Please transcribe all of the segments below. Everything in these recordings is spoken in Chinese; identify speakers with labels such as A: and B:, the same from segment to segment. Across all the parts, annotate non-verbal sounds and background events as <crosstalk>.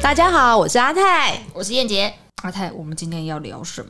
A: 大家好，我是阿泰。
B: 我是燕杰。阿泰，我们今天要聊什么？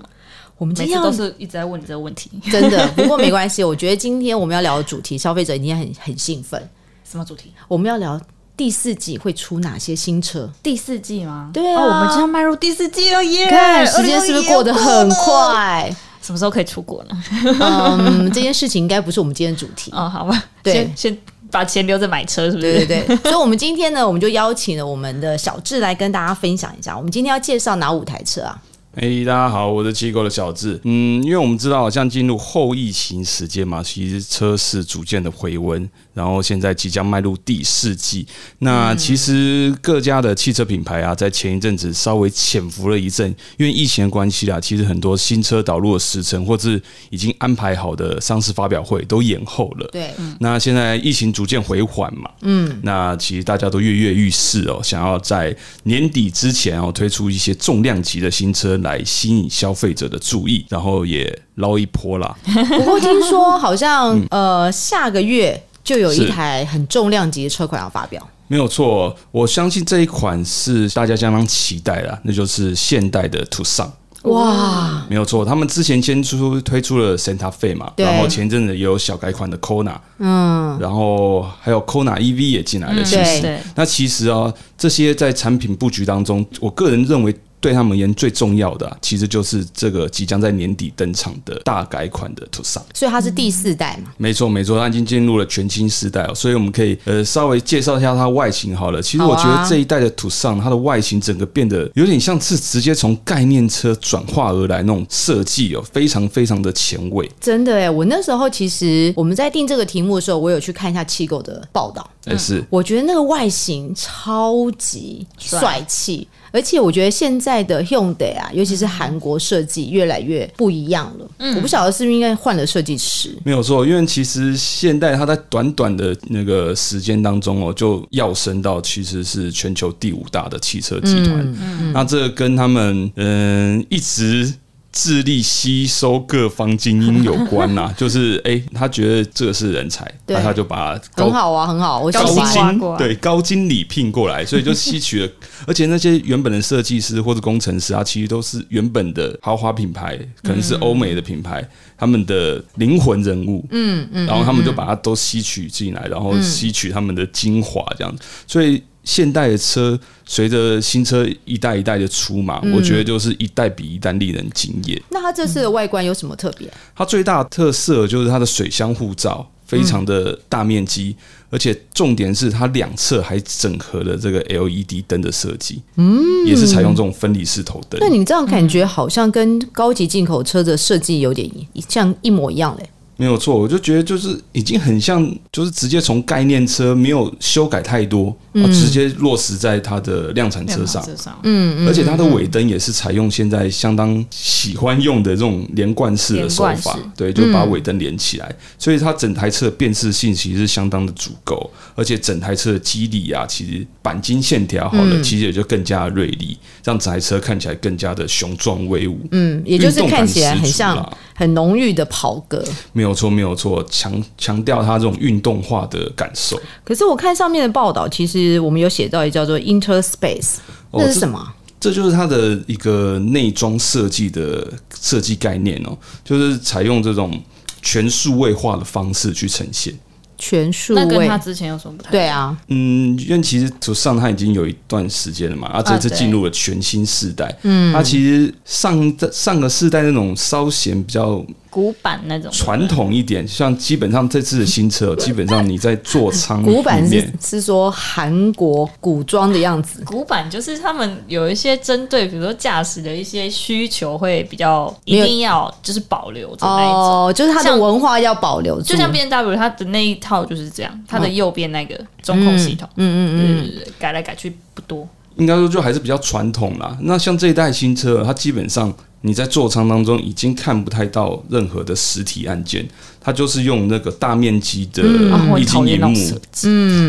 A: 我们
B: 每
A: 今
B: 次
A: 天
B: 都
A: 要
B: 是一直在问你这个问题， <laughs>
A: 真的，不过没关系，我觉得今天我们要聊的主题，消费者一定很很兴奋。
B: 什么主题？
A: 我们要聊第四季会出哪些新车？
B: 第四季吗？
A: 对啊
B: 哦，我们即将迈入第四季了耶！
A: 看时间是不是过得很
B: 2021了？
A: 快？
B: 什么时候可以出国呢？ <laughs>
A: 嗯，这件事情应该不是我们今天的主题。
B: 哦，好吧，
A: 对
B: 先先把钱留着买车，是不
A: 对
B: 是？<laughs>
A: 对对，所以我们今天呢，我们就邀请了我们的小智来跟大家分享一下，我们今天要介绍哪五台车啊？
C: 哎、大家好，我是机构的小智。嗯，因为我们知道，像进入后疫情时间嘛，其实车市逐渐的回温，然后现在即将迈入第四季。那其实各家的汽车品牌啊，在前一阵子稍微潜伏了一阵，因为疫情的关系啦，其实很多新车导入的时程，或是已经安排好的上市发表会都延后了。
A: 对，
C: 那现在疫情逐渐回缓嘛，嗯，那其实大家都跃跃欲试哦，想要在年底之前哦推出一些重量级的新车来吸引消费者的注意，然后也捞一波啦。
A: 不过听说好像、呃下个月就有一
C: 是
A: 台很重量级的车款要发表，
C: <laughs> 没有错，我相信这一款是大家相当期待啦，那就是现代的途尚。
A: 哇，
C: 没有错，他们之前先出推出了 Santa Fe 嘛，
A: 对
C: 然后前阵子也有小改款的 Kona，嗯，然后还有 Kona EV 也进来了，其
A: 对
C: 实。
B: 嗯对
C: 那其实啊，这些在产品布局当中，我个人认为对他们而言最重要的啊、其实就是这个即将在年底登场的大改款的 Tucson。
A: 所以它是第四代嘛？
C: 没错，没错，它已经进入了全新时代哦，所以我们可以呃稍微介绍一下它外形好了。其实
A: 好啊
C: 我觉得这一代的途尚，它的外形整个变得有点像是直接从概念车转化而来那种设计哦，非常非常的前卫。
A: 真的哎，我那时候其实我们在定这个题目的时候，我有去看一下气构的报道，
C: 但是
A: 我觉得那个外形超级
B: 帅
A: 帅气，而且我觉得现在的 Hyundai 啊，尤其是韩国设计越来越不一样了。我不晓得是不是应该换了设计师。
C: 没有错，因为其实现代它在短短的那个时间当中哦，就要升到其实是全球第五大的汽车集团。
A: 嗯
C: 那这跟他们嗯一直。致力吸收各方精英有关呐、 <laughs> 就是哎、他觉得这个是人才，
A: 对
C: 那他就把高
A: 很好啊，很好，我喜
C: 高
B: 高薪
A: 欢。
B: 挖
C: 精
B: 过来
C: 对高精理聘过来，所以就吸 <laughs> 取了。而且那些原本的设计师或者工程师啊，其实都是原本的豪华品牌，可能是欧美的品牌，他们的灵魂人物。嗯嗯，然后他们就把它都吸取进来，然后吸取他们的精华，这样子。所以现代的车随着新车一代一代的出嘛，我觉得就是一代比一代令人惊艳。
A: 那它这次的外观有什么特别？
C: 它最大的特色就是它的水箱护罩非常的大面积，而且重点是它两侧还整合了这个 LED 灯的设计，嗯，也是采用这种分离式头灯
A: 那。你这样感觉好像跟高级进口车的设计有点一像一模一样嘞。
C: 没有错，我就觉得就是已经很像，就是直接从概念车没有修改太多，啊直接落实在它的量产车上。
B: 车上，
A: 嗯
C: 而且它的尾灯也是采用现在相当喜欢用的这种连贯式的手
B: 连
C: 法
B: 贯式，
C: 对，就把尾灯连起
A: 嗯
C: 来，所以它整台车的辨识性其实是相当的足够，而且整台车的肌理啊，其实钣金线条好
A: 嗯
C: 了，其实也就更加的锐利，让整台车看起来更加的雄壮威武。
A: 嗯，也就是
C: 运动感
A: 看起来很
C: 十足啦
A: 像很浓郁的跑格。
C: 没有错，没有错，强强调它这种运动化的感受。
A: 可是我看上面的报道，其实我们有写到一叫做 Interspace，
C: 哦
A: 那是
C: 这
A: 什么啊？
C: 这就是它的一个内装设计的设计概念哦，就是采用这种全数位化的方式去呈现。
A: 全数
B: 那跟
A: 位
B: 他。之前有什么不太一样？
A: 对啊，
C: 嗯，因为其实途尚它已经有一段时间了嘛，啊，这次
B: 对
C: 进入了全新世代。嗯，它其实上上个世代那种稍显比较
B: 古板那种
C: 传统一点，像基本上这次的新车哦，基本上你在座舱
A: <laughs> 古板
C: 里
A: 是
C: 面
A: 是说韩国古装的样子，
B: 古板就是他们有一些针对，比如说驾驶的一些需求会比较一定要就是保留的那一种。
A: 哦，就是它的
B: 像
A: 文化要保留住，
B: 就像 B N W 它的那一套就是这样，它的右边那个中控系统，嗯嗯嗯，对对对改来改去不多，
C: 应该说就还是比较传统啦。那像这一代新车，它基本上你在座舱当中已经看不太到任何的实体按键，它就是用那个大面积的
A: 嗯
B: 啊我很
C: 液晶
B: 讨厌
C: 屏
B: 那种
C: 幕。啊
B: 设计。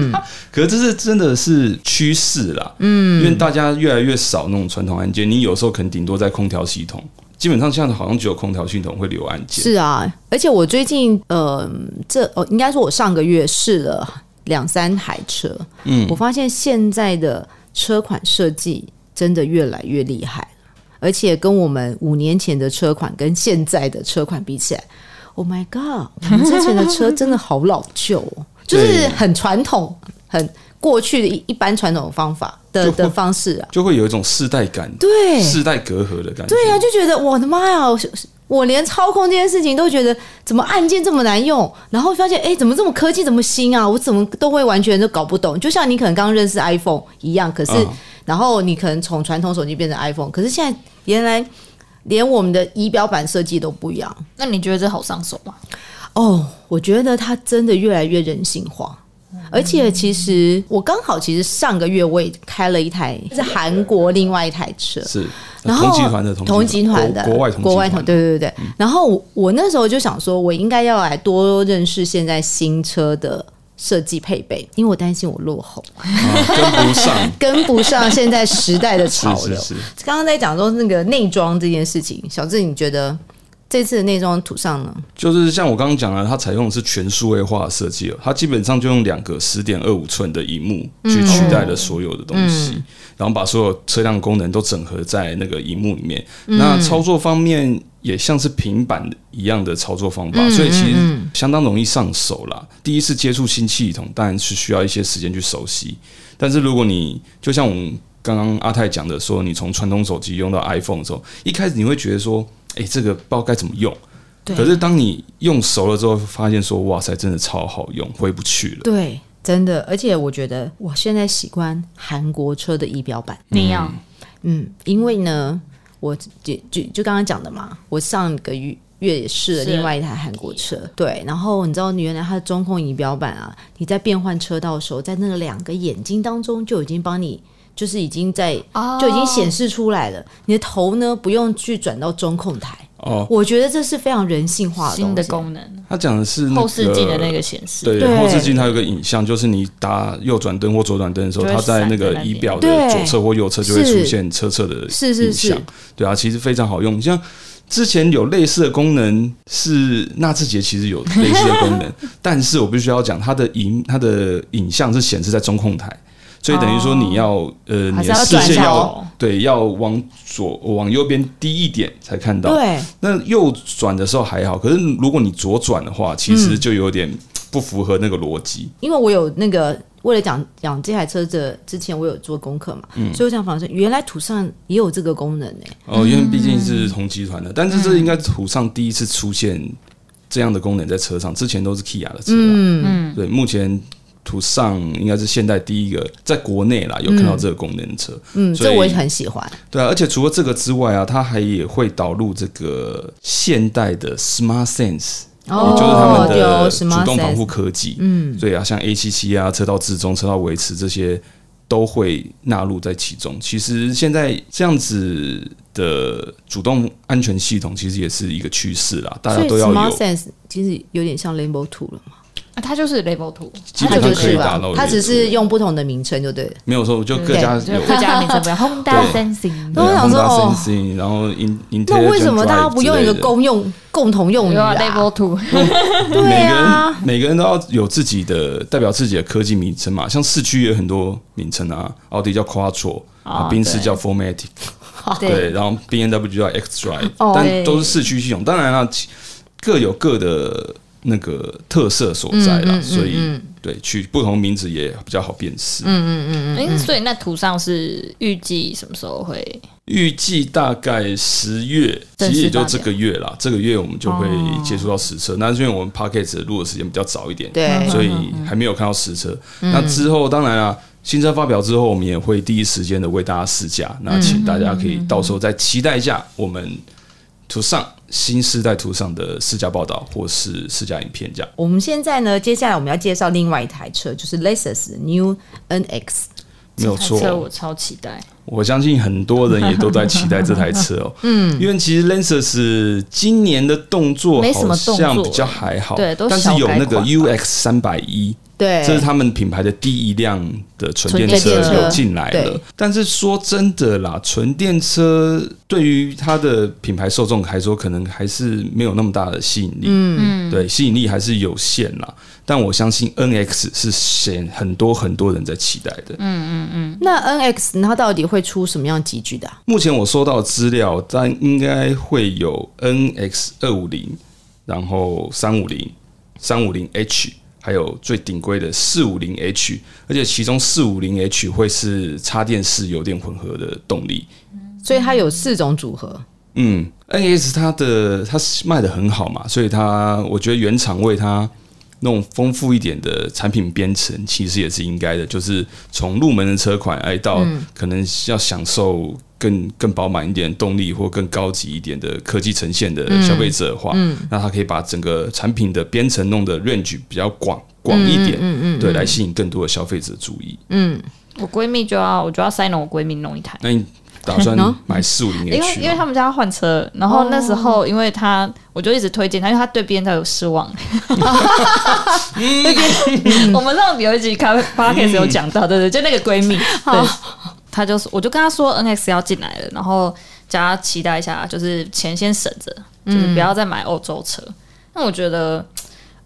C: 可是这是真的是趋势啦，嗯，因为大家越来越少那种传统按键，你有时候可能顶多在空调系统，基本上现在好像只有空调系统会留按键。
A: 是啊，而且我最近呃，这哦，应该说我上个月试了两三台车，嗯，我发现现在的车款设计真的越来越厉害而且跟我们五年前的车款跟现在的车款比起来，Oh my God，我们之前的车真的好老旧、
C: <laughs>
A: 哦，就是很传统、很过去的一一般传统方法的
C: 就会
A: 的方式啊。
C: 就会有一种世代感、
A: 对，
C: 世代隔阂的感觉。
A: 对啊，就觉得我的妈呀，我我连操控这件事情都觉得怎么按键这么难用，然后发现哎、诶怎么这么科技这么新啊，我怎么都会完全都搞不懂。就像你可能刚认识 iPhone 一样，可是、
C: 嗯
A: 然后你可能从传统手机变成 iPhone，可是现在原来连我们的仪表板设计都不一样
B: 那你觉得这好上手吗？
A: 哦。我觉得它真的越来越人性化。而且其实我刚好，其实上个月我也开了一台是韩国另外一台车，
C: 是
A: 然后
C: 同集团的
A: 同
C: 集
A: 集团的
C: 国国外同
A: 国外
C: 集团嗯
A: 对对对对。然后我我那时候就想说，我应该要来多认识现在新车的设计配备，因为我担心我落后，
C: 啊跟不上，
A: 跟不上现在时代的潮
C: 是
A: 流
C: <laughs> 是。是，
A: 刚刚在讲说那个内装这件事情，小智你觉得这次的内装涂上呢？
C: 就是像我刚刚讲了，它采用的是全数位化的设计哦，它基本上就用两个十点二五寸的荧幕去取代了所有的东西，然后把所有车辆功能都整合在那个荧幕里面。那操作方面也像是平板一样的操作方法，所以其实相当容易上手啦。第一次接触新系统，当然是需要一些时间去熟悉，但是如果你就像我们刚刚阿泰讲的说，你从传统手机用到 iPhone 的时候，一开始你会觉得说，哎、这个不知道该怎么用。
A: 对
C: 可是当你用熟了之后，发现说哇塞，真的超好用，回不去了。
A: 对，真的，而且我觉得我现在喜欢韩国车的仪表板。
B: 那样、
A: 嗯，因为呢，我就就就刚刚讲的嘛，我上个月月也试了
B: 是
A: 另外一台韩国车，对，然后你知道，原来它的中控仪表板啊，你在变换车道的时候，在那个两个眼睛当中就已经帮你。就是已经在
B: 哦
A: 就已经显示出来了，你的头呢不用去转到中控台，
C: 哦，
A: 我觉得这是非常人性化的
B: 新
A: 东
B: 的
A: 西。
B: 功能，
C: 他讲的是、那个、
B: 后视镜的那个显示。
C: 对，
A: 对
C: 后视镜它有个影像，就是你打右转灯或左转灯的时候，
B: 就会
C: 它在那
B: 闪在
C: 个
B: 那边
C: 仪表的
A: 对
C: 左侧或右侧就会
A: 是
C: 出现车侧的
A: 是是
C: 影
A: 是
C: 像。对啊，其实非常好用。像之前有类似的功能是纳智捷，其实有类似
B: <laughs>
C: 的功能，但是我必须要讲，它的影它的影像是显示在中控台，所以等于说你要、呃
B: 哦还
C: 你
B: 是
C: 的
B: 要
C: 视
B: 转
C: 线
B: 向
C: 要
B: 哦
C: 对要往左往右边低一点才看到。
A: 对，
C: 那右转的时候还好，可是如果你左转的话，其实就有点不符合那个逻辑。
A: 因为我有那个为了讲讲这台车的之前，我有做功课嘛，
C: 嗯
A: 所以我想反正原来土上也有这个功能呢、
B: 嗯
C: 哦，因为毕竟是同集团的，但是这应该是土上第一次出现这样的功能在车上，之前都是 Kia 的车、嗯嗯，对，目前。途上应该是现代第一个在国内啦有看到这个功能的车，
A: 嗯，
C: 所以
A: 这我也很喜欢。
C: 对啊，而且除了这个之外啊，它还也会导入这个现代的 Smart Sense，、
A: 哦
C: 就是他们
A: 对哦
C: 的主
A: Smart
C: 动防
A: Sense
C: 护科技，嗯，对啊，像 A 七七啊、车道自中、车道维持这些都会纳入在其中。其实现在这样子的主动安全系统，其实也是一个趋势啦，大家
A: 所以
C: 都要
A: Smart
C: 有，
A: Sense 其实有点像 Lambo Two 了嘛，
B: 啊，它就是 Level Two，
C: 基
A: 它
C: 本
A: 就
C: 上可
A: 是
C: 以
A: 吧
C: 打到，
A: 它只是用不同的名称就对了。
C: 没有说就各家
B: 对
C: 有
B: 就。各家名称不一样，Honda Sensing
C: 啊
A: 那我想说哦
C: s e n s 然后 in in
A: 那为什么大家不用一个共用共同用语
B: 有啊
A: 啊？
B: Level Two，
A: 对
C: 每个
A: 啊，
C: 人每个人都要有自己的代表自己的科技名称嘛，像市区也有很多名称啊，奥迪叫 Quattro 啊，
B: 哦
C: 宾士
B: 对
C: 叫 Formatic，对，
B: 对，
C: 然后 B N W 叫 X Drive，
A: 哦
C: 但都是市区系统。当然了，其各有各的那个特色所在
A: 嗯
C: 啦，所以对取不同名字也比较好辨识。
B: 哎，所以那图上是预计什么时候会？
C: 预计大概十月，
B: 正
C: 其实
B: 式
C: 也就
B: 发
C: 这
B: 表哦
C: 个月啦，这个月我们就会接触到实车。那是因为我们 p a c k a g e 录的时间比较早一点，
A: 对
C: 所以还没有看到实车。
B: 嗯
C: 那之后当然啊，新车发表之后，我们也会第一时间的为大家试
B: 嗯
C: 驾。那请大家可以到时候再期待一下我们图上新世代图上的试驾报道或是试驾影片这样。
A: 我们现在呢，接下来我们要介绍另外一台车，就是 Lexus New NX。
C: 没有
B: 这
C: 错哦
B: 台，车我超期待。
C: 我相信很多人也都在期待这台车
B: <laughs>
C: 哦。嗯，因为其实 Lexus 今年的动作
B: 没什么
C: 好
B: 动作
C: 像比较还好，
B: 对都
C: 但是
B: 小
C: 有
B: 改
C: 那个
B: 款吧
C: UX 三百一。
A: 对，
C: 这是他们品牌的第一辆的纯电
B: 纯
C: 车
B: 电车
C: 有进来了
A: 对。
C: 但是说真的啦，纯电车对于它的品牌受众来说，可能还是没有那么大的吸引力。嗯，对，吸引力还是有限啦。但我相信 NX 是显很多很多人在期待的。
A: 那 NX 它到底会出什么样集聚的啊、
C: 目前我收到的资料，但应该会有 NX 二五零，然后三五零、三五零 H，还有最顶规的四五零 H，而且其中四五零 H 会是插电式油电混合的动力。
A: 所以它有四种组合。
C: 嗯，NX 它的它是卖的很好嘛，所以它我觉得原厂为它弄丰富一点的产品编程，其实也是应该的。就是从入门的车款，哎，到可能要享受更更饱满一点的动力或更高级一点的科技呈现的消费者的话，那它可以把整个产品的编程弄得 range 比较广广一点，对，来吸引更多的消费者注意。
B: 我闺蜜就要，我就要塞了我闺蜜弄一台。
C: 那你打算买四五零
B: 因为
C: H
B: 因为
C: 吗？
B: 他们家要换车，然后那时候因为他，我就一直推荐他，因为他对 B N 有失望。 <laughs> 我们上有一集咖啡 podcast 有讲到，
C: 嗯
B: 对对，就那个闺蜜，对，她就说，我就跟她说 N X 要进来了，然后叫她期待一下，就是钱先省着，
C: 嗯
B: 就是不要再买欧洲车。那我觉得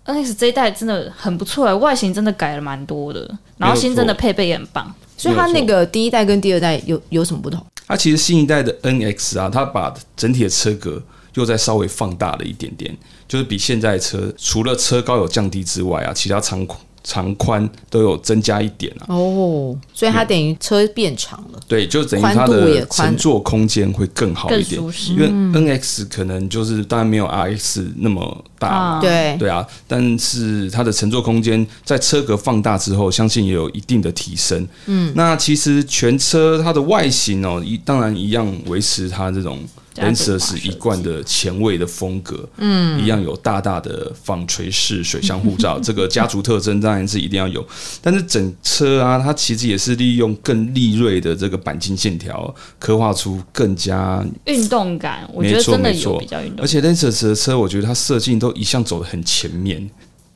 B: N X 这一代真的很不错、欸，外形真的改了蛮多的，然后新增的配备也很棒。
A: 所以它那个第一代跟第二代有有什么不同？
C: 它其实新一代的 NX 啊，它把整体的车格又再稍微放大了一点点，就是比现在的车除了车高有降低之外啊，其他长长宽都有增加一点啊。
A: 哦，所以它等于车变长了。
C: 对，就等于
A: 宽
C: 它
A: 度也
C: 的
A: 宽
C: 乘坐空间会更好一点
B: 更舒，适
C: 因为 NX 可能就是当然没有 RX 那么大嘛
B: 啊，
A: 对，
C: 对啊，但是它的乘坐空间在车格放大之后，相信也有一定的提升。嗯，那其实全车它的外形哦，一当然一样维持它这种
B: 家族
C: Lancer
B: 化设
C: 是
B: 计
C: 一贯的前卫的风格，嗯，一样有大大的纺锤式水箱护 <laughs> 罩，这个家族特征当然是一定要有。但是整车啊，它其实也是利用更利锐的这个钣金线条，刻画出更加
B: 运动感，我
C: 没
B: 觉得
C: 错
B: 真的
C: 没
B: 有
C: 错
B: 比较运动
C: 而。且 Lancer 的车，我觉得它设计都一向走得很前面。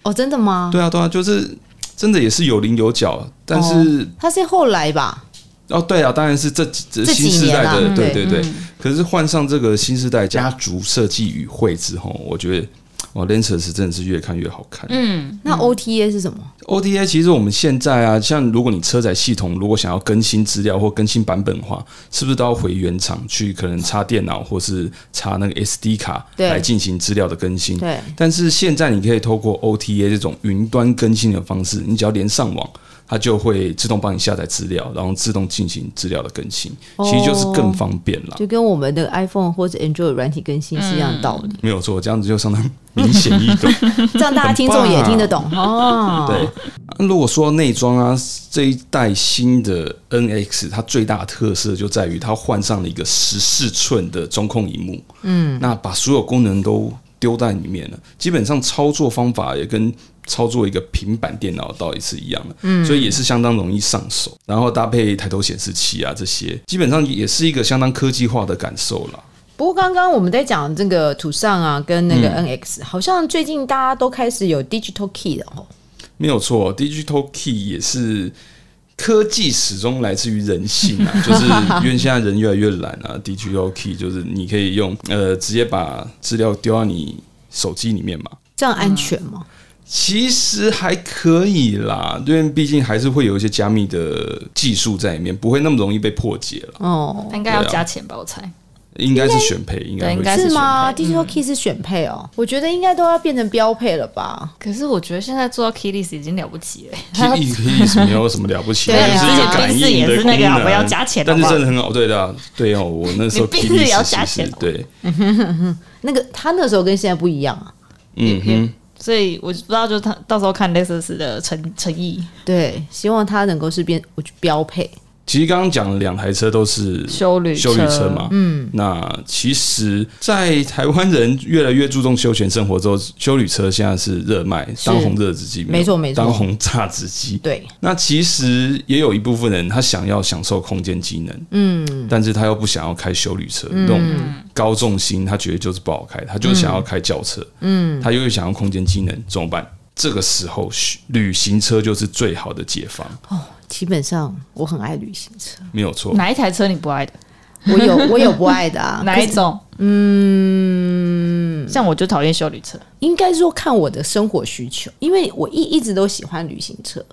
A: 哦，真的吗？
C: 对啊，对啊，就是真的也是有棱有角，但是
A: 它是后来吧？
C: 哦对啊，当然是这几这
A: 这几
C: 新时代
A: 年
C: 的，
A: 啊
C: 对
A: 对
C: 对对。可是换上这个新时代家族设计与绘制后，我觉得。哦 l a n c e r 是真的是越看越好看。
B: 嗯，
A: 那 OTA 是什么？
C: OTA 其实我们现在啊，像如果你车载系统如果想要更新资料或更新版本的话，是不是都要回原厂去可能插电脑或是插那个 SD 卡
A: 对
C: 来进行资料的更新？
A: 对，
C: 但是现在你可以透过 OTA 这种云端更新的方式，你只要连上网，它就会自动帮你下载资料，然后自动进行资料的更新，其实就是更方便了。
A: 就跟我们的 iPhone 或者 Android 软体更新是一样的道理，
C: 没有错，这样子就相当明显易懂。
A: 这样大家听众也听得懂哦。
C: 啊 <laughs> 对，那如果说内装啊，这一代新的 NX 它最大的特色就在于它换上了一个十四寸的中控荧幕，嗯，那把所有功能都丢在里面了，基本上操作方法也跟。操作一个平板电脑的道理是一样的，嗯，所以也是相当容易上手，然后搭配抬头显示器啊这些，基本上也是一个相当科技化的感受了。
A: 不过刚刚我们在讲这个土上啊，跟那个 NX，、好像最近大家都开始有 Digital Key 了哦。
C: 没有错，Digital Key 也是科技始终来自于人性
B: <laughs>
C: 啊，就是因为现在人越来越懒啊，Digital Key 就是你可以用呃直接把资料丢到你手机里面嘛。
A: 这样安全吗？
C: 其实还可以啦，因为毕竟还是会有一些加密的技术在里面，不会那么容易被破解了。
A: 哦，
B: 应该要
C: 对啊
B: 加钱吧，我猜。
C: 应该是选配，应该
B: 对应
C: 会
B: 该
A: 是吗
B: 选配
A: ？Digital Key 是选配哦，我觉得应该都要变成标配了吧？
B: 可是我觉得现在做到 key list 已经了不起了，
C: Key Key 是没有什么了不起，
A: 对啊
C: 它就是一个感
B: 之前 Bing 四
C: 应
B: 也
C: 的
B: 是那个
C: 功能
B: 不要加钱的
C: 但
B: 嘛
C: 是真的很好，对的啊，对哦，我那时候
B: 你 Bing
C: Key
B: 四也要
C: 是
B: 加钱哦
C: 对，
A: 那个他那时候跟现在不一样啊。
C: 嗯哼。
B: 所以我不知道，就是他到时候看 Lexus 的诚诚意
A: 对，希望它能够是变我去标配。
C: 其实刚刚讲的两台车都是
B: 修旅
C: 修旅车嘛，，嗯，那其实，在台湾人越来越注重休闲生活之后，修旅车现在是热卖，当红热之机，
A: 没错没错
C: 当红榨汁机。
A: 对，
C: 那其实也有一部分人他想要享受空间机能，嗯，但是他又不想要开修旅车，那种高重心他觉得就是不好开，他就想要开轿车，嗯，他又想要空间机能，怎么办？这个时候旅行车就是最好的解放，
A: 基本上我很爱旅行车，
C: 没有错。
B: 哪一台车你不爱的？，
A: 我有我有不爱的啊
B: <laughs> 哪一种？嗯，像我就讨厌修理车，
A: 应该说看我的生活需求，因为我一一直都喜欢旅行车。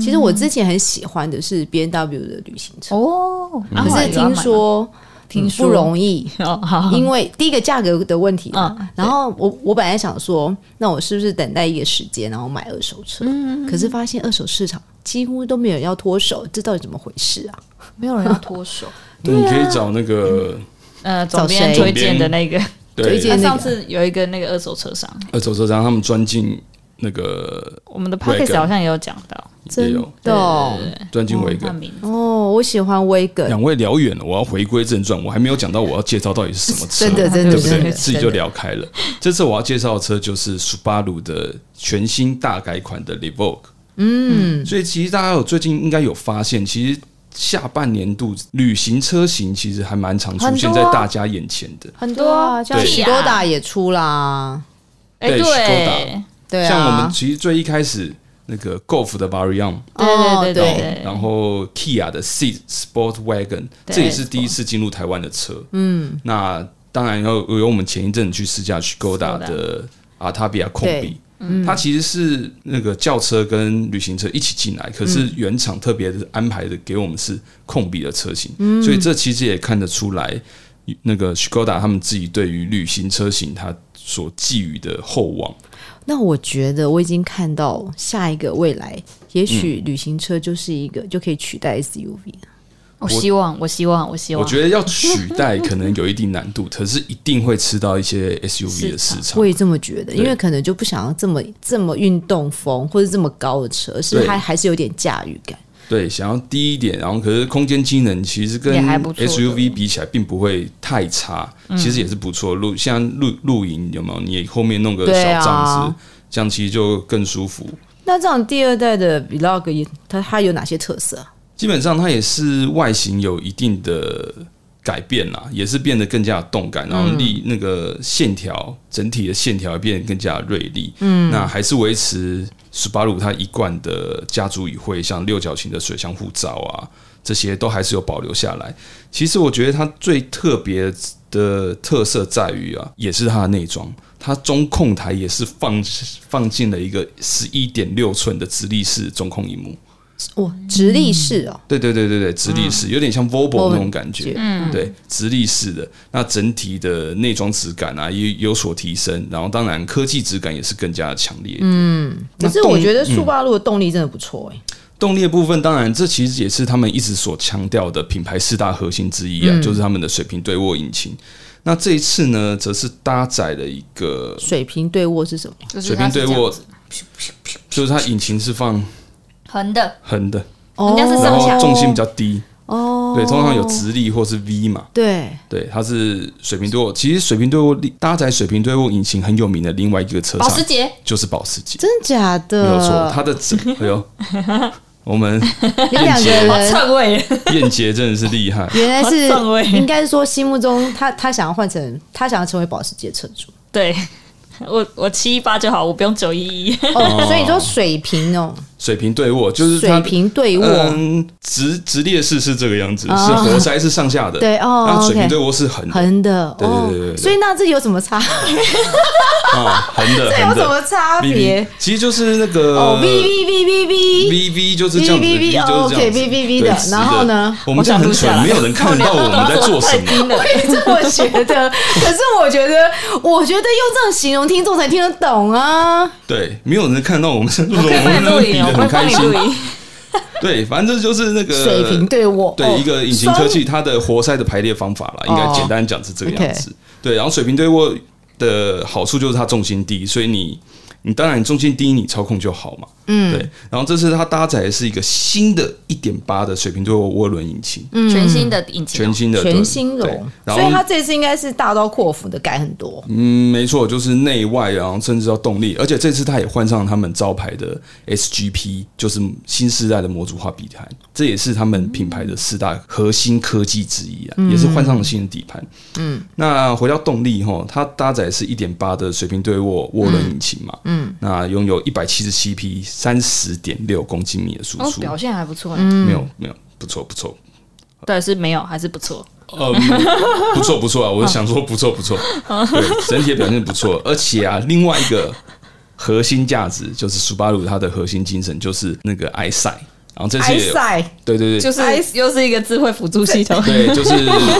A: 其实我之前很喜欢的是 B N W 的旅行车，
B: 嗯哦，啊
A: 可是听，说
B: 听说
A: 不容易，
B: 后来有要买吗哦，好，
A: 因为第一个价格的问题嘛。
B: 嗯
A: 然后我我本来想说，那我是不是等待一个时间，然后买二手车？
B: 嗯
A: 可是发现二手市场几乎都没有人要脱手，这到底怎么回事啊？
B: 没有人要脱手。
C: 对，你可以找那个
B: <laughs> 呃，
A: 找
B: 总编
A: 谁
B: 推荐的那个，
A: 推
C: 对
A: 荐那
B: 他
A: 个
B: 上次有一个那个二手车商，
C: 二手车商他们钻进那个
B: 我们的 p o c k e t
C: Wagon
B: 好像也有讲到，
C: 也
A: 真
C: 有
A: 的哦
C: 钻进维
B: 他
C: 根。
B: 名字
A: 哦，我喜欢威格，
C: 两位聊远了，我要回归正传，我还没有讲到我要介绍到底是什么
A: <laughs>
C: 车，
A: 真的真的
C: 对不
A: 真
C: 对？
A: 的，
C: 自己就聊开了。这次我要介绍的车就是 Subaru 的全新大改款的 Revoque。嗯，所以其实大家有最近应该有发现，其实下半年度旅行车型其实还蛮常出现
B: 很
C: 在
B: 多啊
C: 大家眼前的。
A: 很多啊，像
C: 对
A: 喜多达也出啦，
B: 哎，
C: 对
B: 对，
A: 对啊，
C: 像我们其实最一开始那个 Golf 的 Variant，
A: 哦
B: 对对对
A: 对
B: 对
C: 然后 Kia 的 Ceed Sport Wagon，
B: 对
C: 这也是第一次进入台湾的车。嗯，那当然要有我们前一阵去试驾去 Skoda
B: Skoda
C: 的阿塔比亚控
A: 对
C: 比。它其实是那个轿车跟旅行车一起进来，可
B: 嗯
C: 是原厂特别的安排的给我们是控比的车型，
B: 嗯
C: 所以这其实也看得出来，那个 Skoda 他们自己对于旅行车型它所寄予的厚望。
A: 那我觉得我已经看到下一个未来，也
C: 嗯
A: 许旅行车就是一个就可以取代 SUV 了。
B: 我希望，我希望，我希望，
C: 我觉得要取代可能有一定难度，可是一定会吃到一些 SUV 的市场
A: 我。也这么觉得，
C: 对
A: 因为可能就不想要这么这么运动风或者这么高的车，是
C: 对
A: 还还是有点驾驭感。
C: 对，想要低一点，然后可是空间机能其实跟
B: 也还不错的嗯
C: SUV 比起来，并不会太差，其实也是不错。露像露露营有没有？你后面弄个
A: 对
C: 小
A: 啊
C: 帐子，这样其实就更舒服。
A: 那这样第二代的 Vlog 也它它有哪些特色啊？
C: 基本上它也是外形有一定的改变啦，也是变得更加有动感，然后力那个线条整体的线条也变得更加锐利。嗯，那还是维持 Subaru 它一贯的家族语汇，像六角形的水箱护罩啊，这些都还是有保留下来。其实我觉得它最特别的特色在于啊，也是它的内装。它中控台也是放放进了一个十一点六寸的直立式中控荧幕，
A: 哇，直立式哦，
C: 对对对对对，直立式、有点像 Vobo
A: 嗯 Volvo
C: 那种感觉，嗯，对，直立式的那整体的内装质感啊也有所提升，然后当然科技质感也是更加强烈。嗯，
A: 可是我觉得速霸路的动力真的不错哎、
C: 动力的部分，当然这其实也是他们一直所强调的品牌四大核心之一啊，
A: 嗯
C: 就是他们的水平对卧引擎。那这一次呢，则是搭载了一个
A: 水平对卧是什么？
B: 就是
C: 水
B: 它
C: 平
B: 是
C: 对
B: 这样
C: 卧
B: 子，
C: 就是它引擎是放
B: 横的，
C: 横的，
A: 哦
B: 人家是
C: 然
B: 上
C: 后
B: 下
C: 重心比较低，
A: 哦，
C: 对，通常有直立或是 V 嘛，
A: 对
C: 对，它是水平对卧。其实水平对卧搭载水平对卧引擎很有名的另外一个车
B: 保
C: 厂
B: 时捷，
C: 就是保时捷，
A: 真的假
C: 没
A: 的？
C: 有错。它
A: <laughs>
C: 的整，哎呦，我们
A: 你两个
B: 好
A: 人
B: 篡位，
C: 燕杰真的是厉
A: <laughs>
C: 害。
A: 原来是
B: 好欸上位
A: 应该是说心目中他他想要换成他想要成为保时捷车主
B: 对。 <laughs> 我我七一八就好，我不用九一一。
A: 哦，所以你说水平哦，
C: 水平对卧就是它
A: 水平对卧，哦
C: 嗯，直直列式是这个样子，是活塞是上下的，
A: 对哦
C: 那水平
A: OK
C: 对卧是横的
A: 横的
C: 对
A: 哦
C: 对对对对，
A: 所以那这有什么差？
C: 啊，横
A: <laughs>
C: 的
A: 这有
C: 横
A: 什么
C: 的。
A: 差
C: V
A: 别
C: V？其实就是那个
A: 哦，V V V V V。
C: 呃 V V 就是
A: V
C: 这
A: V
C: 样子
A: V V O
C: 就是这样子
A: K V V V
C: 对
A: 的
C: 直，
A: 然后呢？
C: 我们这样很蠢，没有人看到我们在做什么。
B: 么。
A: <laughs> <laughs> 我也这么觉
C: <laughs>
A: 得，可是我觉得，我觉得用这种形容听众才听得懂啊。
C: 对，没有人看到我们
B: <laughs>
C: 在录，我
B: 我可以帮
C: 们
B: 你
C: 在那
B: 录
C: 比
B: 影，
C: 的
B: 我会
C: 很
B: 帮
C: 开
B: 你
C: 心
B: 录。影。
C: 对，反正就是那个
A: 水平对我，
C: 对一个引擎车系它的活塞的排列方法啦，应该
A: 哦
C: 简单讲是这个样子。对，然后水平对卧的好处就是它重心低，所以你你当然重心低，你操控就好嘛。嗯，对。然后这次它搭载的是一个新的1.8的水平对卧涡轮引擎，
B: 全新的引擎
C: 全
B: 哦，
C: 新的
A: 嗯全
C: 对
A: 新
C: 对
A: 容，
C: 然
A: 所以他
C: 后
A: 这次应该是大刀阔斧的改很多。
C: 嗯，没错，就是内外，然后甚至到动力，而且这次它也换上他们招牌的 SGP，就是新时代的模组化底盘，这也是他们品牌的四大核心科技之一啊，
B: 嗯
C: 也是换上了新的底盘。嗯，那回到动力哈，它搭载是一点八的水平对卧涡轮引擎嘛，嗯，那拥有一百七十七匹三十点六公斤米的输
B: 哦，
C: 出，
B: 表现还不错欸，
C: 没有没有，不错不错，
B: 对，是没有还是不错，
C: 呃，不错不错啊，我想说不错不错，
B: 嗯
C: 对，整体的表现不错，而且啊，另外一个核心价值就是苏巴鲁它的核心精神就是那个埃塞，然后这次
A: 埃
C: 也
A: 塞，
C: 对对对。
B: 就是又是一个智慧辅助系
A: <laughs>
B: 统，
C: 对，就是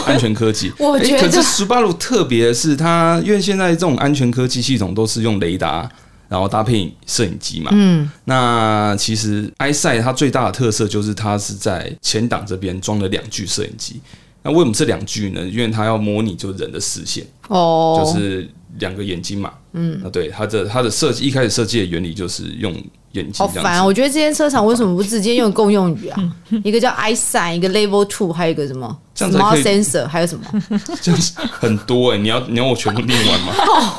C: 安全科技。
A: 我
C: 诶
A: 觉
C: 可
A: 得
C: 是苏巴鲁特别的是它，因为现在这种安全科技系统都是用雷达，然后搭配摄影机嘛。嗯，那其实埃塞它最大的特色就是它是在前挡这边装了两具摄影机。那为什么这两具呢？因为它要模拟就人的视线。
A: 哦，
C: 就是两个眼睛嘛，嗯，啊，对，它的它的设计一开始设计的原理就是用眼睛
A: 好
C: 这
A: 烦啊！
C: <laughs> 样子，
A: 我觉得这间车厂为什么不直接用共用语啊？<laughs>
B: 嗯
A: 一个叫 iSign，一个 Level Two，还有一个什么
C: 这样才可
A: Smart
C: 以
A: Sensor，还有什么？
C: 这样子很多哎、你要你要我全部念完吗？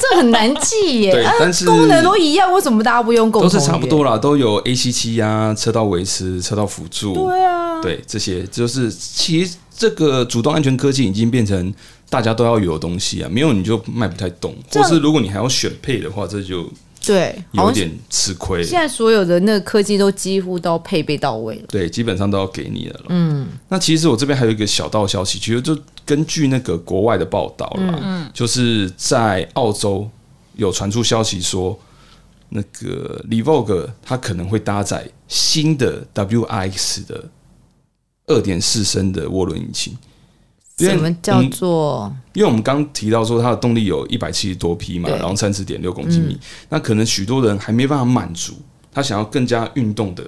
A: 这很难记耶。
C: 对
A: 啊
C: 但
A: <laughs>
C: 是
A: 功能都一样，为什么大家不用共
C: 都
A: 同？
C: 是差不。多啦，都有 A C 七啊，车道维持、车道辅助，对啊，对这些就是其实这个主动安全科技已经变成大家都要有的东西啊，没有你就卖不太动，
A: 这
C: 或
A: 样
C: 是如果你还要选配的话，这就
A: 对，好
C: 有
A: 像
C: 点吃亏了。
A: 现在所有的那个科技都几乎都配备到位了。
C: 对，基本上都要给你的了。嗯，那其实我这边还有一个小道消息，其实就根据那个国外的报道
A: 嗯
C: 啦，就是在澳洲有传出消息说，那个 Revogue 它可能会搭载新的 WRX 的二点四升的涡轮引擎。因为嗯
A: 什么叫做
C: 因为我们刚提到说它的动力有一百七十多匹嘛，
A: 对嗯
C: 然后三十点六公斤米，那可能许多人还没办法满足，他想要更加运动的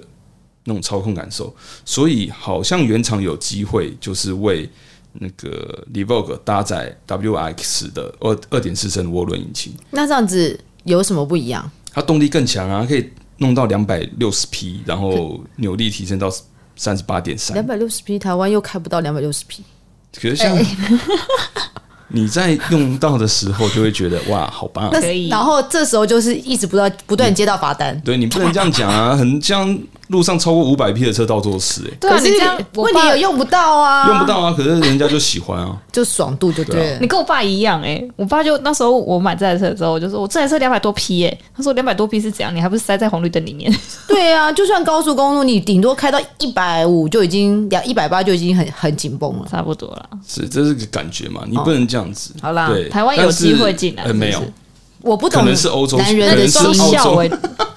C: 那种操控感受，所以好像原厂有机会就是为那个 Revogue 搭载 WRX 的二二点四升涡轮引擎，
A: 那这样子有什么不一样？
C: 它动力更强啊，可以弄到两百六十匹，然后扭力提升到三十八点三
A: 两，百六哎十匹，台湾又开不到两百六十匹，
C: 可是像你在用到的时候，就会觉得哇，好棒、啊！
A: 那
B: 可以
A: 然后这时候就是一直不断不断接到罚单。
C: 对你不能这样讲啊，很像路上超过五百匹的车到做事、欸，
B: 对啊
A: 可是
B: 你这样我
A: 问题
B: 爸
A: 也用不到啊，
C: 用不，到啊，啊可是人家就喜欢啊，
A: 就爽度就对了
B: <laughs> 你。跟我爸一样哎、我爸就那时候我买这台车的时候，我就说我这台车两百多匹哎、他说两百多匹是怎样？你还不是塞在红绿灯里面？ <laughs>
A: <laughs> 对啊，就算高速公路，你顶多开到一百五就已经两一百八就已经很很紧绷了。
B: 差不多啦。
C: 是这是个感觉嘛，你不能这样子。
A: 好啦
C: 对，
B: 哦台湾有
C: 但是
B: 机会进来
C: 呃没有
B: 是不，
A: 我不懂，
C: 可能是欧洲
A: 男人
C: 可
A: 的
C: 能是
A: 心
B: <laughs> 双
C: 澳
B: 效
C: 洲
B: 哎、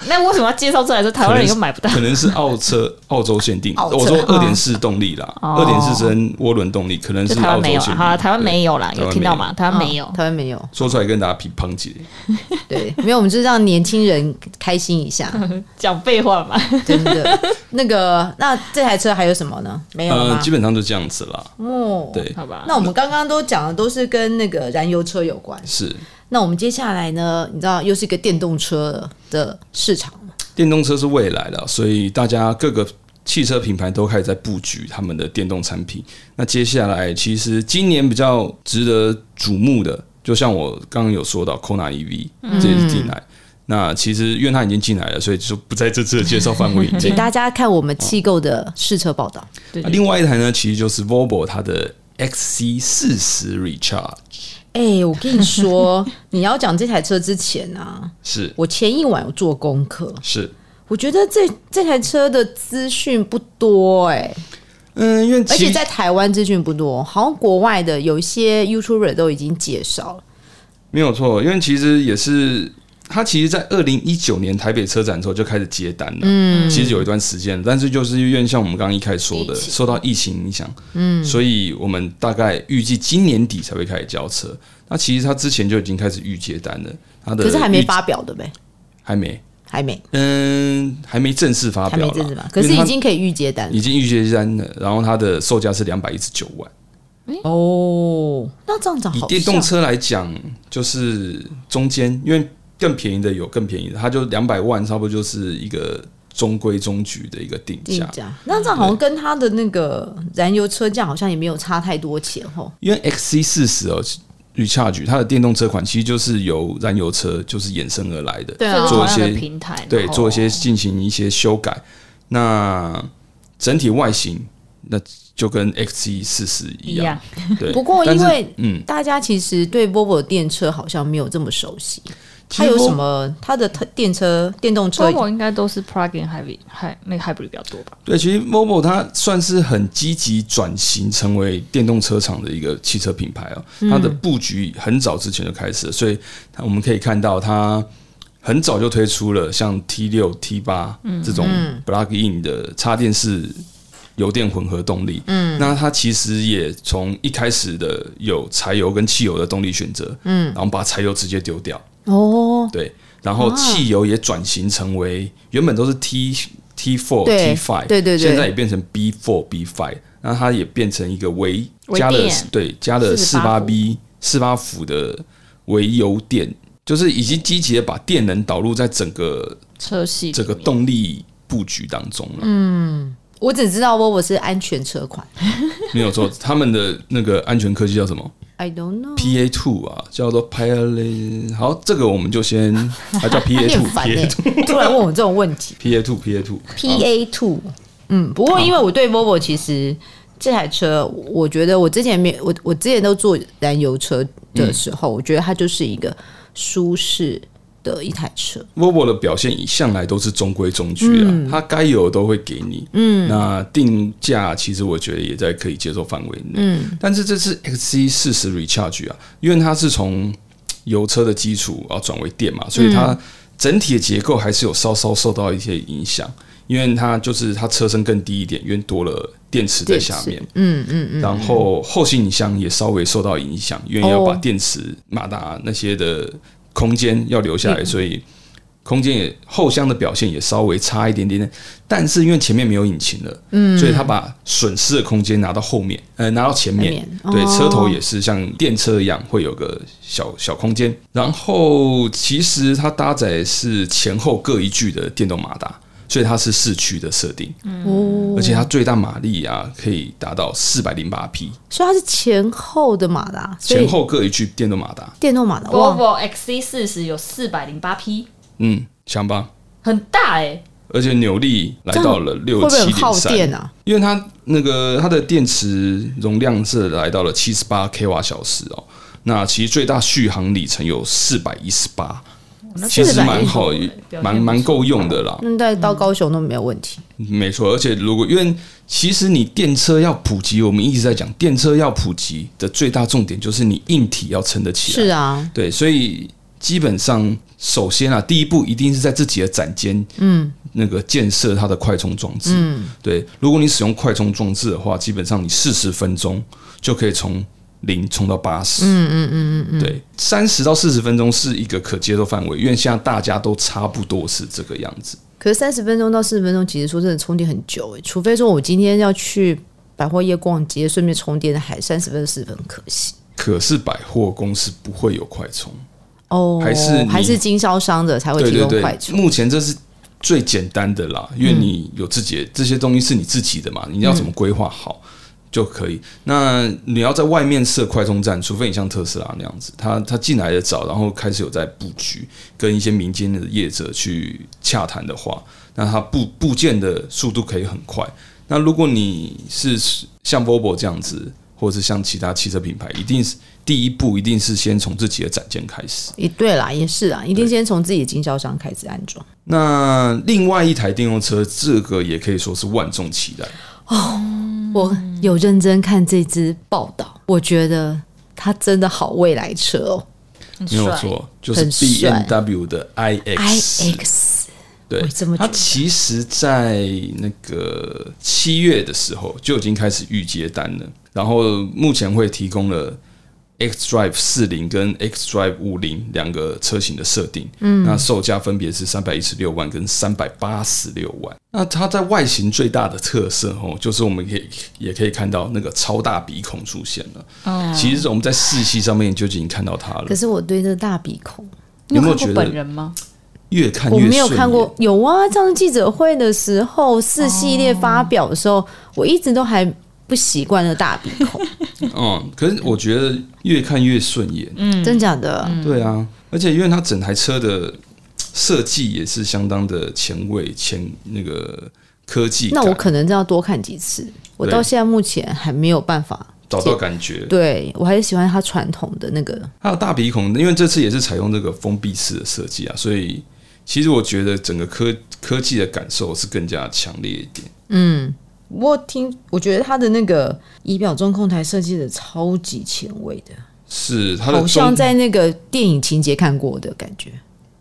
B: 那为什么要介绍这台车？台湾人又买不到
C: 可。能是澳
B: <laughs>
C: 车澳洲限定。
A: 澳车
C: 我说
A: 嗯
C: 二点四动力啦，
B: 哦
C: 二点四升涡轮动力可能
B: 就是台
C: 澳
B: 湾
C: 洲
B: 没有
C: 限
B: 啦，
C: 定。
B: 好啦，台湾没有啦，
C: 对台
B: 有
C: 湾
B: 听到吗？台湾没有
A: 嗯，台湾没有，
C: 说出来跟大家批抨击，
A: 对， <laughs> 没有，我们就是让年轻人开心一 <laughs> 下，
B: 讲废话嘛。
A: 真的。那个，那这台车还有什么呢？没有
C: 呃，
A: 吗
C: 基？本上就这样子啦。
A: 哦，
C: 对，
B: 好吧，
A: 那我们刚刚都讲的都是跟那个燃油车有关，
C: 是
A: 那我们接下来呢？你知道又是一个电动车的市场了，
C: 电动车是未来了，所以大家各个汽车品牌都开始在布局他们的电动产品。那接下来，其实今年比较值得瞩目的，就像我刚刚有说到 Kona EV
A: 嗯
C: 这也是进来。那其实因为它已经进来了，所以就不在这次的介绍范围
A: <laughs>
C: 内
A: 请。大家看我们机构的试车报道。
B: 对
C: 那另外一台呢，其实就是 Volvo 它的 XC 四十 Recharge，
A: <laughs> 哎、我跟你 <laughs> 说，你要讲这台车之前啊，
C: 是
A: 我前一晚有做功课，
C: 是。
A: 我觉得这这台车的资讯不多哎、
C: 嗯，因为
A: 而
C: 其
A: 且
C: 实
A: 在台湾资讯不多，好像国外的有一些 YouTuber 都已经介绍了。
C: 没有错，因为其实也是他其实，在二零一九年台北车展的时候就开始接单了。嗯，其实有一段时间了，但是就是因为像我们刚刚一开始说的，
B: 疫情
C: 受到疫情影响，嗯，所以我们大概预计今年底才会开始交车。那其实他之前就已经开始预接单了，他的
A: 可是还没
C: 预，
A: 发表对不对？
C: 还没，
A: 还没，
C: 嗯，还没正式发
A: 还没
C: 表啦，
A: 正式吧？可是
C: 因为
A: 已
C: 它
A: 经可以预接单了
C: 已经预接单了，然后它的售价是两百一十九万。
A: 哦。那这样子
C: 以
A: 好
C: 电动
A: 像
C: 车来讲，就是中间，因为更便宜的有更便宜的，它就两百万，差不多就是一个中规中矩的一个定
A: 定
C: 价。
A: 价，那这样好像跟它的那个燃油车价好像也没有差太多钱哦。
C: 因为 XC 四十哦，Recharge 它的电动车款其实就是由燃油车就是衍生而来的，
A: 对
B: 就是
C: 做
B: 同
C: 一
B: 样
C: 些
B: 的平台，
C: 对，
B: 然后
C: 做一些进行一些修改。那整体外形那就跟 XC 四十一
B: 一
C: 样
B: 样，。
C: 对。
A: 不过
C: 但
A: 哦因
C: 是
A: 为
C: 嗯，
A: 大家其实对 Volvo 电车好像没有这么熟悉，它有什么？它的特电车、电动车
B: Volvo 应该都是 plug-in hybrid，hy 那个 hybrid 比较多吧？
C: 对，其实 Momo 它算是很积极转型成为电动车厂的一个汽车品牌哦，它的布局很早之前就开始了，所以它我们可以看到它很早就推出了像 T 六、T 八这种 plug in 的插电式油电混合动力。嗯，那它其实也从一开始的有柴油跟汽油的动力选择，嗯，然后把柴油直接丢掉，
A: 哦，
C: 对，然后汽油也转型成为原本都是 T T four
A: 对
C: T five，
A: 对对对
C: 现在也变成 B four B five，那它也变成一个微
B: 微
C: 加了
B: 电
C: 对加了四
B: 48
C: 八 B 四八伏的微油电，就是已经积极的把电能导入在整个
B: 车系
C: 这个
B: 动
C: 动力布局当中了。嗯，
A: 我只知道 Volvo 是安全车款
C: 没有错，他们的那个安全科技叫什么
A: ，I don't know。
C: ？PA two 啊，叫做 Pilot。好，这个我们就先还叫 PA
A: 面
C: two
A: 烦哎、
C: PA two 嗯
A: 突然问我这种问
C: <laughs>
A: 题。
C: PA two PA two
A: PA Two，嗯，不过因为我对 Volvo 其实这台车，我觉得我之前没我我之前都坐燃油车的时
C: 嗯
A: 候，我觉得它就是一个舒适的一台车。
C: Volvo 的表现一向来都是中规中矩啊，它该有的都会给你。嗯，那定价其实我觉得也在可以接受范围内。嗯，但是这次 XC 四十 Recharge 啊，因为它是从油车的基础啊转为电嘛，所以它整体的结构还是有稍稍受到一些影响，因为它就是它车身更低一点，因为多了电池在下面。
A: 嗯嗯嗯，
C: 然后后行李箱也稍微受到影响，因为要把
A: 哦
C: 电池、马达那些的空间要留
A: 嗯
C: 下来，所以空间也后箱的表现也稍微差一点点点。但是因为前面没有引擎了，嗯，所以他把损失的空间拿到后面，呃，拿到前面，
A: 前面
C: 对，
A: 哦
C: 车头也是像电车一样会有个小小空间。然后其实它搭载是前后各一具的电动马达。所以它是四驱的设定，
A: 哦，
C: 而且它最大马力啊可以达到四百零八匹，
A: 所以它是前后的马达，所以
C: 前后各一具电动马达。
A: 电动马达哇，
B: Volvo XC 四十有四百零八匹，
C: 嗯，强吧。
B: 很大哎、
C: 而且扭力来到了
A: 会
C: 六
A: 不会
C: 七
A: 很
C: 点
A: 耗电
C: 三，
A: 啊？
C: 因为它那个它的电池容量是来到了七十八 k 瓦小时哦。那其实最大续航里程有四百一十八，其实蛮好
B: 表现不，错
C: 蛮蛮够用的啦。
A: 那带到高雄都没有问题。
C: 没错，而且如果因为其实你电车要普及，我们一直在讲电车要普及的最大重点就是你硬体要撑得起来。
A: 是啊，
C: 对，所以基本上，首先啊，第一步一定是在自己的展间，嗯，那个建设它的快充装置，嗯，对。如果你使用快充装置的话，基本上你四十分钟就可以从零充到八十，嗯嗯嗯嗯嗯，对，三十到四十分钟是一个可接受范围，因为现在大家都差不多是这个样子。
A: 可是三十分钟到四十分钟，其实说真的充电很久诶、欸除非说我今天要去百货业逛街，顺便充电，还三十分钟四十分钟可惜。
C: 可是百货公司不会有快充，
A: 哦，
C: 还是你
A: 还是经销商的才会
C: 对
A: 提
C: 对
A: 供
C: 对
A: 快，嗯充。
C: 目前这是最简单的啦，因为你有自己的、这些东西是你自己的嘛，你要怎么规划好、就可以。那你要在外面设快充站，除非你像特斯拉那样子，它它进来的早，然后开始有在布局，跟一些民间的业者去洽谈的话，那它布部件的速度可以很快。那如果你是像 Volvo 这样子，或者是像其他汽车品牌，一定是第一步，一定是先从自己的展间开始。
A: 也对啦，也是啊，一定先从自己的经销商开始安装。
C: 那另外一台电动车，这个也可以说是万众期待。
A: 我有认真看这支报道，我觉得它真的好未来车哦
B: 很
C: 没有
B: 帅
C: 错，就是
A: 很帅
C: BMW 的 iX，
A: ，iX
C: 对
A: 我这么，觉
C: 它
A: 得
C: 其实在那个七月的时候就已经开始预接单了，然后目前会提供了 xDrive 四零跟 xDrive 五零两个车型的设定，嗯，那售价分别是三百一十六万跟三百八十六万。那它在外形最大的特色哦，就是我们可以也可以看到那个超大鼻孔出现了。
B: 嗯
C: 其实我们在试戏上面就已经看到它了
A: 哦可，是我对这大鼻孔，
B: 你有
C: 有没有
B: 看
C: 觉
B: 过
C: 得
B: 本人吗？
C: 越看
A: 我
C: 越
A: 没有
C: 顺
A: 看
C: 眼
A: 过。有啊，上次记者会的时候，四系列发表的时候，我一直都还不习惯那大鼻 <laughs> 孔，
C: 嗯，可是我觉得越看越顺眼，
A: 真假的？
C: 对啊，而且因为它整台车的设计也是相当的前卫、前那个科技感，
A: 那我可能真要多看几次。我
C: 对
A: 到现在目前还没有办法
C: 找到感觉。
A: 对我还是喜欢它传统的那个，
C: 还有大鼻孔，因为这次也是采用这个封闭式的设计啊，所以其实我觉得整个科科技的感受是更加强烈一点。
A: 我听我觉得它的那个仪表中控台设计的超级前卫的，
C: 是它的
A: 好像
C: 中
A: 在那个电影情节看过的感觉。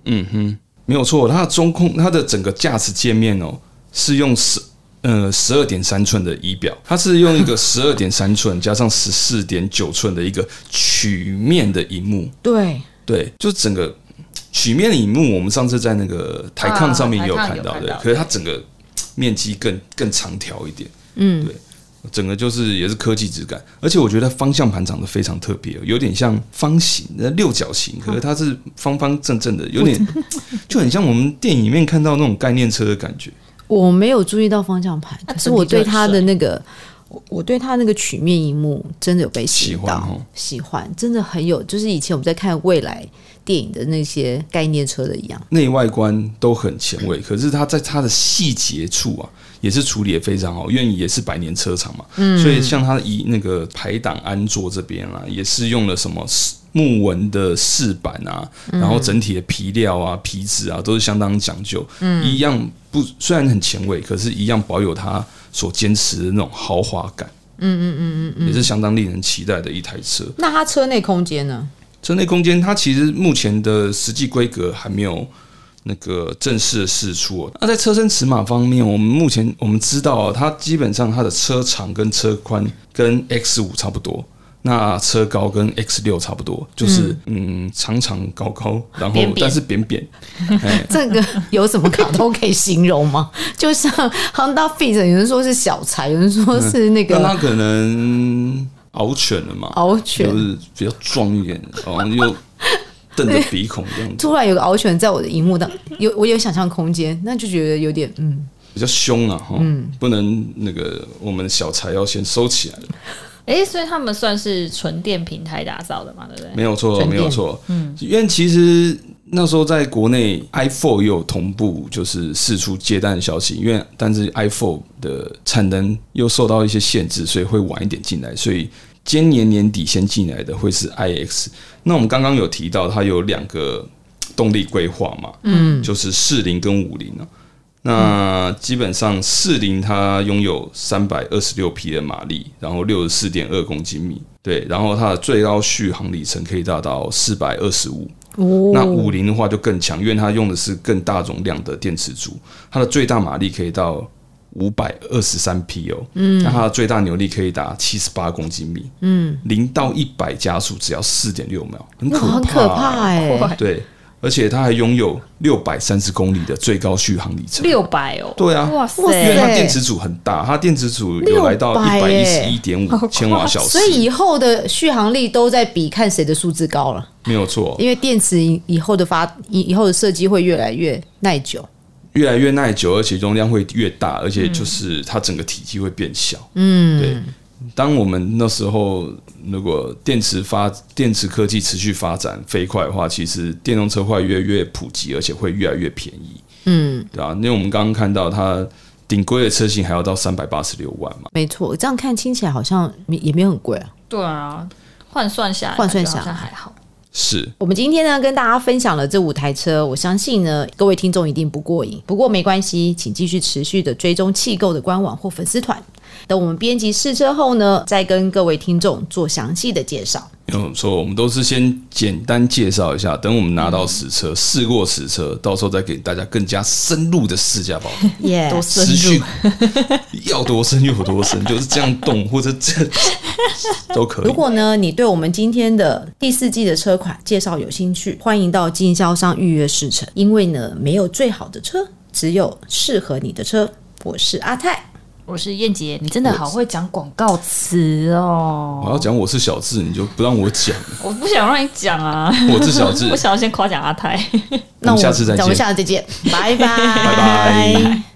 C: 嗯哼，没有错，它的中控，它的整个驾驶界面哦，是用十呃十二点三寸的仪表，它是用一个十二点三寸加上十四点九寸的一个曲面的荧幕，
A: 对，
C: 对，就整个曲面的荧幕，我们上次在那个台抗上面也有看
B: 啊啊台抗有
C: 到
B: 看
C: 的，
B: 到
C: 可是它整个面积更更长条一点，嗯，对。整个就是也是科技质感，而且我觉得方向盘长得非常特别哦，有点像方形、那六角形，可是它是方方正正的，有点就很像我们电影里面看到那种概念车的感觉。
A: 我没有注意到方向盘，
B: 那
A: 可是我对它的
B: 整
A: 那个，我我对它那个曲面荧幕真的有被吸引
C: 喜欢
A: 到
C: 哦，
A: 喜欢，真的很有，就是以前我们在看未来电影的那些概念车的一样。
C: 内外观都很前卫，可是它在它的细节处啊，也是处理的非常好，因为也是百年车厂嘛，所以像它以那个排档安座这边啊，也是用了什么木纹的饰板啊，然后整体的皮料啊、皮质啊，都是相当讲究，一样不虽然很前卫，可是一样保有它所坚持的那种豪华感。嗯嗯嗯嗯，也是相当令人期待的一台车。
A: 那它车内空间呢？
C: 车内空间它其实目前的实际规格还没有那个正式的释出、哦。那在车身尺码方面，我们目前我们知道、哦，它基本上它的车长跟车宽跟 X 五差不多。那车高跟 X 六差不多，就是嗯长长高高，然后
B: 扁扁
C: 但是扁扁，
A: 这 <laughs> 个有什么卡通可以形容吗？ <laughs> 就像 Honda Fit，有人说是小柴，有人说是那
C: 那它
A: 个
C: 可能獒犬了嘛，
A: 獒犬
C: 就。是比较壮一点，然后又瞪着鼻孔这样子，
A: 突然有个獒犬在我的荧幕当，有我有想象空间，那就觉得有点嗯，
C: 比较凶啊哈，不能那个我们小柴要先收起来了。
B: 哎，所以他们算是纯电平台打造的嘛，对不对？
C: 没有错，
A: 纯
C: 没
A: 电
C: 有错。嗯，因为其实那时候在国内 iPhone 也有同步，就是释出接单的消息。因为但是 iPhone 的产能又受到一些限制，所以会晚一点进来。所以今年年底先进来的会是 iX。那我们刚刚有提到，它有两个动力规划嘛，嗯，就是四零跟五零啊。那基本上，四零它拥有三百二十六匹的马力，然后六十四点二公斤米，对，然后它的最高续航里程可以达到四百二十五。
A: 哦
C: 那五零的话就更强，因为它用的是更大容量的电池组，它的最大马力可以到五百二十三匹哦，嗯，那它的最大扭力可以达七十八公斤米，嗯，零到一百加速只要四点六秒，很
A: 那
C: 可怕，
A: 很可怕哎、
B: 快
C: 对，而且它还拥有六百三十公里的最高续航里程，
B: 六百哦，
C: 对啊
B: 哇塞，
A: 哇
C: 因为它
A: 塞
C: 电池组很大，它电池组有来到一
A: 600
C: 百一
A: 耶
C: 十一点五千瓦小时，
A: 所以以后的续航力都在比看谁的数字高了，
C: 没有错，
A: 因为电池以以后的发以以后的设计会越来越耐久。
C: 越来越耐久，而且容量会越大，而且就是它整个体积会变小。嗯，对。当我们那时候如果电池发电池科技持续发展飞快的话，其实电动车会越来越普及，而且会越来越便宜。嗯，对啊，因为我们刚刚看到它顶规的车型还要到三百八十六万嘛。
A: 没错，这样看听起来好像没也没有很贵啊。
B: 对啊，换算下来，
A: 换算下来
B: 好像还好。
C: 是，
A: 我们今天呢跟大家分享了这五台车，我相信呢各位听众一定不过瘾。不过没关系，请继续持续的追踪气购的官网或粉丝团。等我们编辑试车后呢，再跟各位听众做详细的介绍。
C: 因为我嗯说我们都是先简单介绍一下，等我们拿到实车试过实车，到时候再给大家更加深入的试驾报告。
A: <laughs> 耶、
B: 都
C: 持续 <laughs> 要多深有多深，就是这样动或者这 <laughs> 都可以
A: 如。果呢，你对我们今天的第四季的车款介绍有兴趣，欢迎到经销商预约试乘，因为呢，没有最好的车，只有适合你的车。我是阿泰，
B: 我是燕姐，你真的好会讲广告词哦！
C: 我要讲我是小智，你就不让我讲，
B: 我不想让你讲啊， <laughs>
C: 我是小智
B: 我，想要先夸奖阿泰。
A: 那
C: 我们下次再
A: 我们
C: 见，
A: 下次再见，拜拜，拜
C: 拜拜。